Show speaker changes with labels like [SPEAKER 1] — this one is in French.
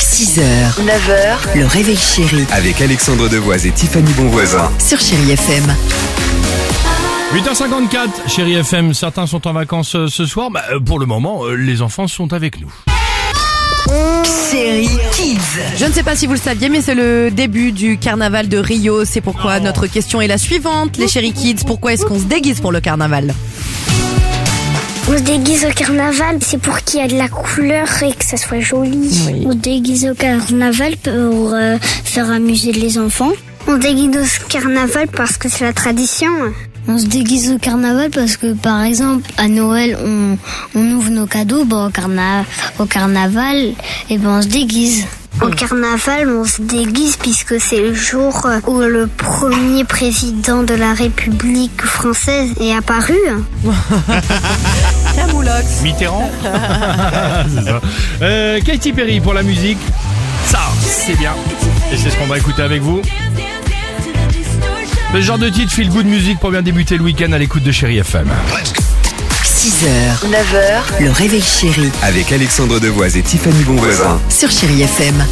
[SPEAKER 1] 6h, 9h, le réveil chéri
[SPEAKER 2] Avec Alexandre Devoise et Tiffany Bonvoisin.
[SPEAKER 1] sur Chéri FM.
[SPEAKER 3] 8h54, chérie FM, certains sont en vacances euh, ce soir. Bah, euh, pour le moment, euh, les enfants sont avec nous.
[SPEAKER 1] Chéri Kids.
[SPEAKER 4] Je ne sais pas si vous le saviez, mais c'est le début du carnaval de Rio. C'est
[SPEAKER 1] Oh.
[SPEAKER 4] pourquoi notre question est la suivante. Les chéri kids, pourquoi est-ce qu'on se déguise pour le carnaval
[SPEAKER 5] On se déguise au carnaval, c'est pour qu'il y ait de la couleur et que ça soit joli.
[SPEAKER 4] Oui.
[SPEAKER 5] On se déguise au carnaval pour euh, faire amuser les enfants. On se déguise au carnaval parce que c'est la tradition. On se déguise au carnaval parce que, par exemple, à Noël, on, on ouvre nos cadeaux. Bah, au, carna- au carnaval, et ben, on se déguise. Au carnaval, on se déguise puisque c'est le jour où le premier président de la République française est apparu.
[SPEAKER 3] Mitterrand C'est ça. Euh, Katy Perry pour la musique. Ça, c'est bien. Et c'est ce qu'on va écouter avec vous. Le genre de titre feel good music pour bien débuter le week-end à l'écoute de chérie FM.
[SPEAKER 1] 6h, 9h, le réveil chéri
[SPEAKER 2] Avec Alexandre Devoise et Tiffany Bonvoisin.
[SPEAKER 1] sur Chéri FM.